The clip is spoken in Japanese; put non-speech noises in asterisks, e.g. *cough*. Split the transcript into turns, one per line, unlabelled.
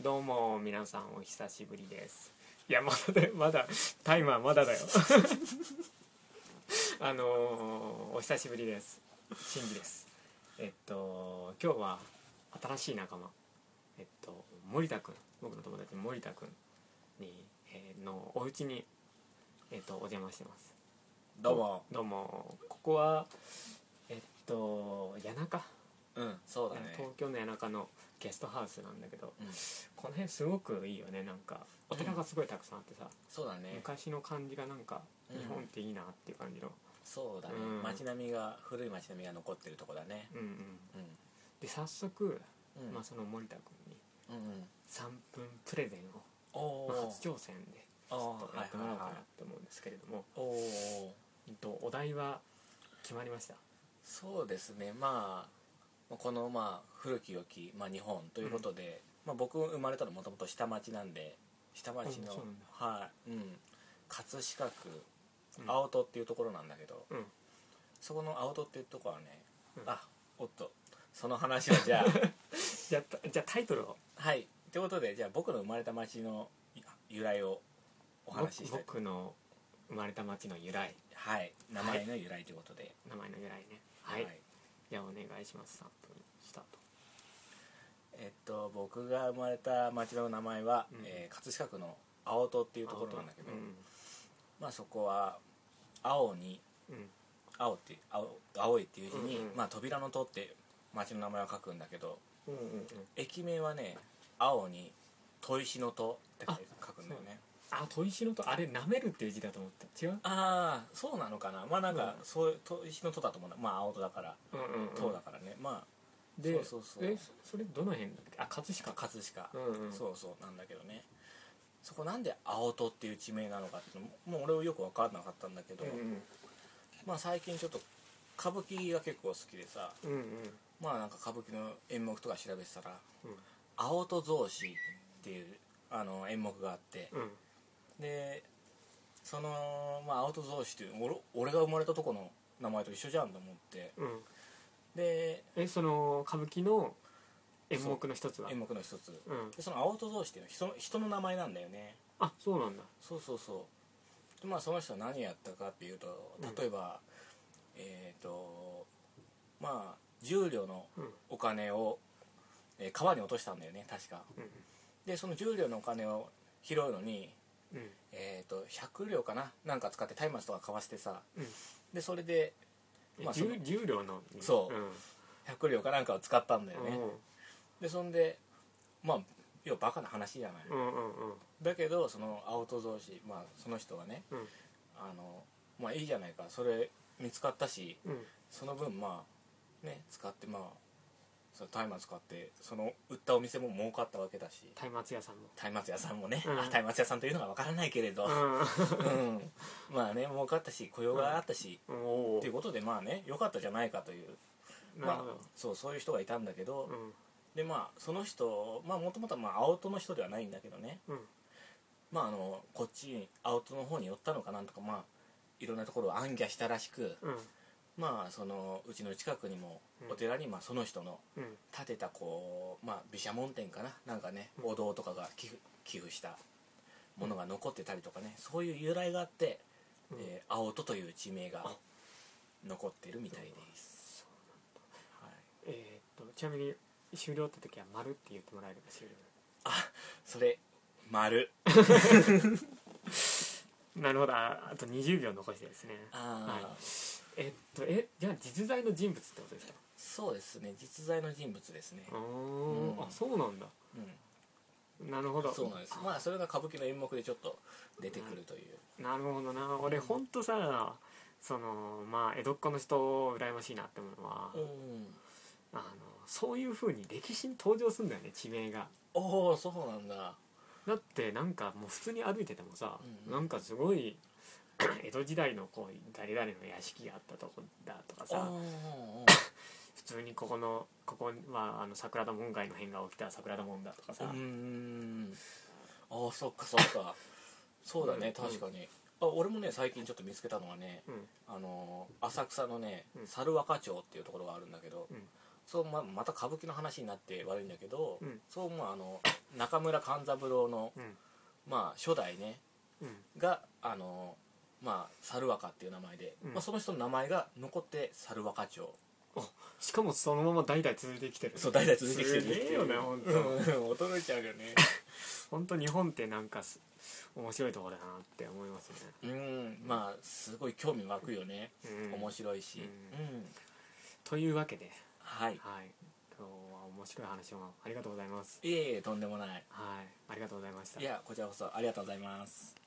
どうも皆さんお久しぶりですいやまだだよまだタイマーまだだよ *laughs* あのーお久しぶりですシンジですえっと今日は新しい仲間えっと森田くん僕の友達の森田くんに、えーのお家にえっとお邪魔してます
どうも
どうもここはえっと谷中
うんそうだね
東京の谷中のゲストハウスなんだけど、
うん
この辺すごくいいよねなんかお寺がすごいたくさんあってさ、
そうだね
昔の感じがなんか
うん
日本っていいなっていう感じの、
そうだね
うん
街並みが古い街並みが残ってるとこだね
うんうん
う
で早速、
んうん
まあ、その森田君に
うんうん
3分プレゼンを、
お
まあ
お
初挑戦で
あ
ち
ー
ょっとやってもらおうかなと思うんですけれども、
おお
うんとお題は決まりました
そうですねまあこのまあ古き良きまあ日本ということでまあ僕生まれたのもともと下町なんで下町
あ
の
そうなんだ
はいうん葛飾区
うん
青戸っていうところなんだけど
うん
そこの青戸っていうところはね
うん
あおっとその話はじゃあ
じゃあたじゃあタイトルを
はいということでじゃあ僕の生まれた町のい由来をお話ししたい
僕僕の生まれた町の由来
はい名前の由来ということで
名前の由来ねはい、
はい
じゃあお願いします3分スタート
えっと僕が生まれた町の名前は、
うん
えー葛飾区の青戸ってい
いう
ところなんだけど、
う
まあそこは青に
んうん
青って青青いっていう字に、
うんうん
まあ扉の戸って町の名前を書くんだけど
うんうんうん
駅名はね青に砥石の戸って書くんだよね
あ砥石のとあれなめるっていう字だと思った違う
ああーそうなのかなまあなんか、
うん
そう砥石の戸だと思うなまあ青戸だから
うんうん
塔だからね、ま
で
そうそうそう
えそそれどの辺だっけあ葛
あ
飾
葛飾、
うんうん
そうそうなんだけどねそこなんで青戸っていう地名なのかっていうのももう俺はよく分からなかったんだけど、
うんうん
まあ最近ちょっと歌舞伎が結構好きでさ
うんうん
まあなんか歌舞伎の演目とか調べてたら
うん
「青戸草子」っていうあの演目があって、
うん
でその、まあ、青戸草子という俺俺が生まれたとこの名前と一緒じゃんと思って
うん
で
えその歌舞伎の演目の一つは
演目の一つ
うん
でその青戸草子っていうのは人の人の名前なんだよね
あそうなんだ
そうそうそうでまあその人は何やったかっていうと
うん
例えば、えっ、とまあ10両の
うん
お金を、えー川に落としたんだよね確か
うん
でその10両のお金を拾うのに
うん
えっ、と100両かななんか使って松明とか買わしてさ
うん
でそれで
え
まあその
重重量の
そう
うん
100両かなんかを使ったんだよ
う
ね
ん
でそんでまあ要はバカな話じゃない、
うんうんうん
だけどその青戸造子まあその人がね
うん
あのまあいいじゃないかそれ見つかったし
うん
その分まあね使ってまあその松明使ってその売ったお店も儲かったわけだし
松明屋さんも
松明屋さんもね、
うん
あ松明屋さんというのがわからないけれど、うんまあね儲かったし雇用があったし、
うん *laughs* おお
っていうことでまあね良かったじゃないかという
なる
ま
ほ
あ
ど
そうそういう人がいたんだけど、
うん
でまあその人まあもともとはまあ青戸の人ではないんだけどね
うん
まああのこっちに青戸の方に寄ったのかなんとかまあいろんなところを暗記したらしく
うん
まあそのうちの近くにもお寺にまあその人の
うん
建てたこうまあ毘沙門天かななんかねお堂とかが寄付寄付したものが残ってたりとかねそういう由来があって、
うん
えー青戸という地名が
あ
残ってるみたいです、はい、
えーっとちなみに終了って時は「丸って言ってもらえれば終了
あそれ丸
なるほどああと20秒残してですね
あー、
はいえっとえじゃあ実在の人物ってことですか
そうですね実在の人物ですね、
お
うん
ーあそうなんだ
うん
なるほど
そうなんですまあそれが歌舞伎の演目でちょっと出てくるという、
なるほどな俺ほんとさそのまあ江戸っ子の人羨ましいなって思うのは、
うん
あのそういうふうに歴史に登場するんだよね地名が
おおそうなんだ
だってなんかもう普通に歩いててもさ、
うん
なんかすごい *clears throat* 江戸時代のこう誰々の屋敷があったとこだとか
おー
さ
おーおー
普通にここのここはあの桜田門外の変が起きた桜田門だとかさ、
うーんあーそっかそっか *laughs* そうだね、
うんうん
確かにあ俺もね最近ちょっと見つけたのはね
うん
あのー浅草のね
うん
猿若町っていうところがあるんだけど、
うん
そうままた歌舞伎の話になって悪いんだけど、
うん
そうまああの中村勘三郎の、
うん
まあ、初代ね
うん
があのまあ猿若っていう名前で、
うん
まあ、その人の名前が残って猿若町
しかもそのまま代々続いてきてる
そう代々続いてきてる
すげえよね本当、
うん驚いちゃう
*laughs*
よね
本当日本ってなんかす面白いところだなって思いますね、
うんまあすごい興味湧くよね、
うん
面白いし、
う
うん
というわけで、
はい
はい、今日は面白い話をありがとうございます
いえいえとんでもない
はいありがとうございました
いやこちらこそありがとうございます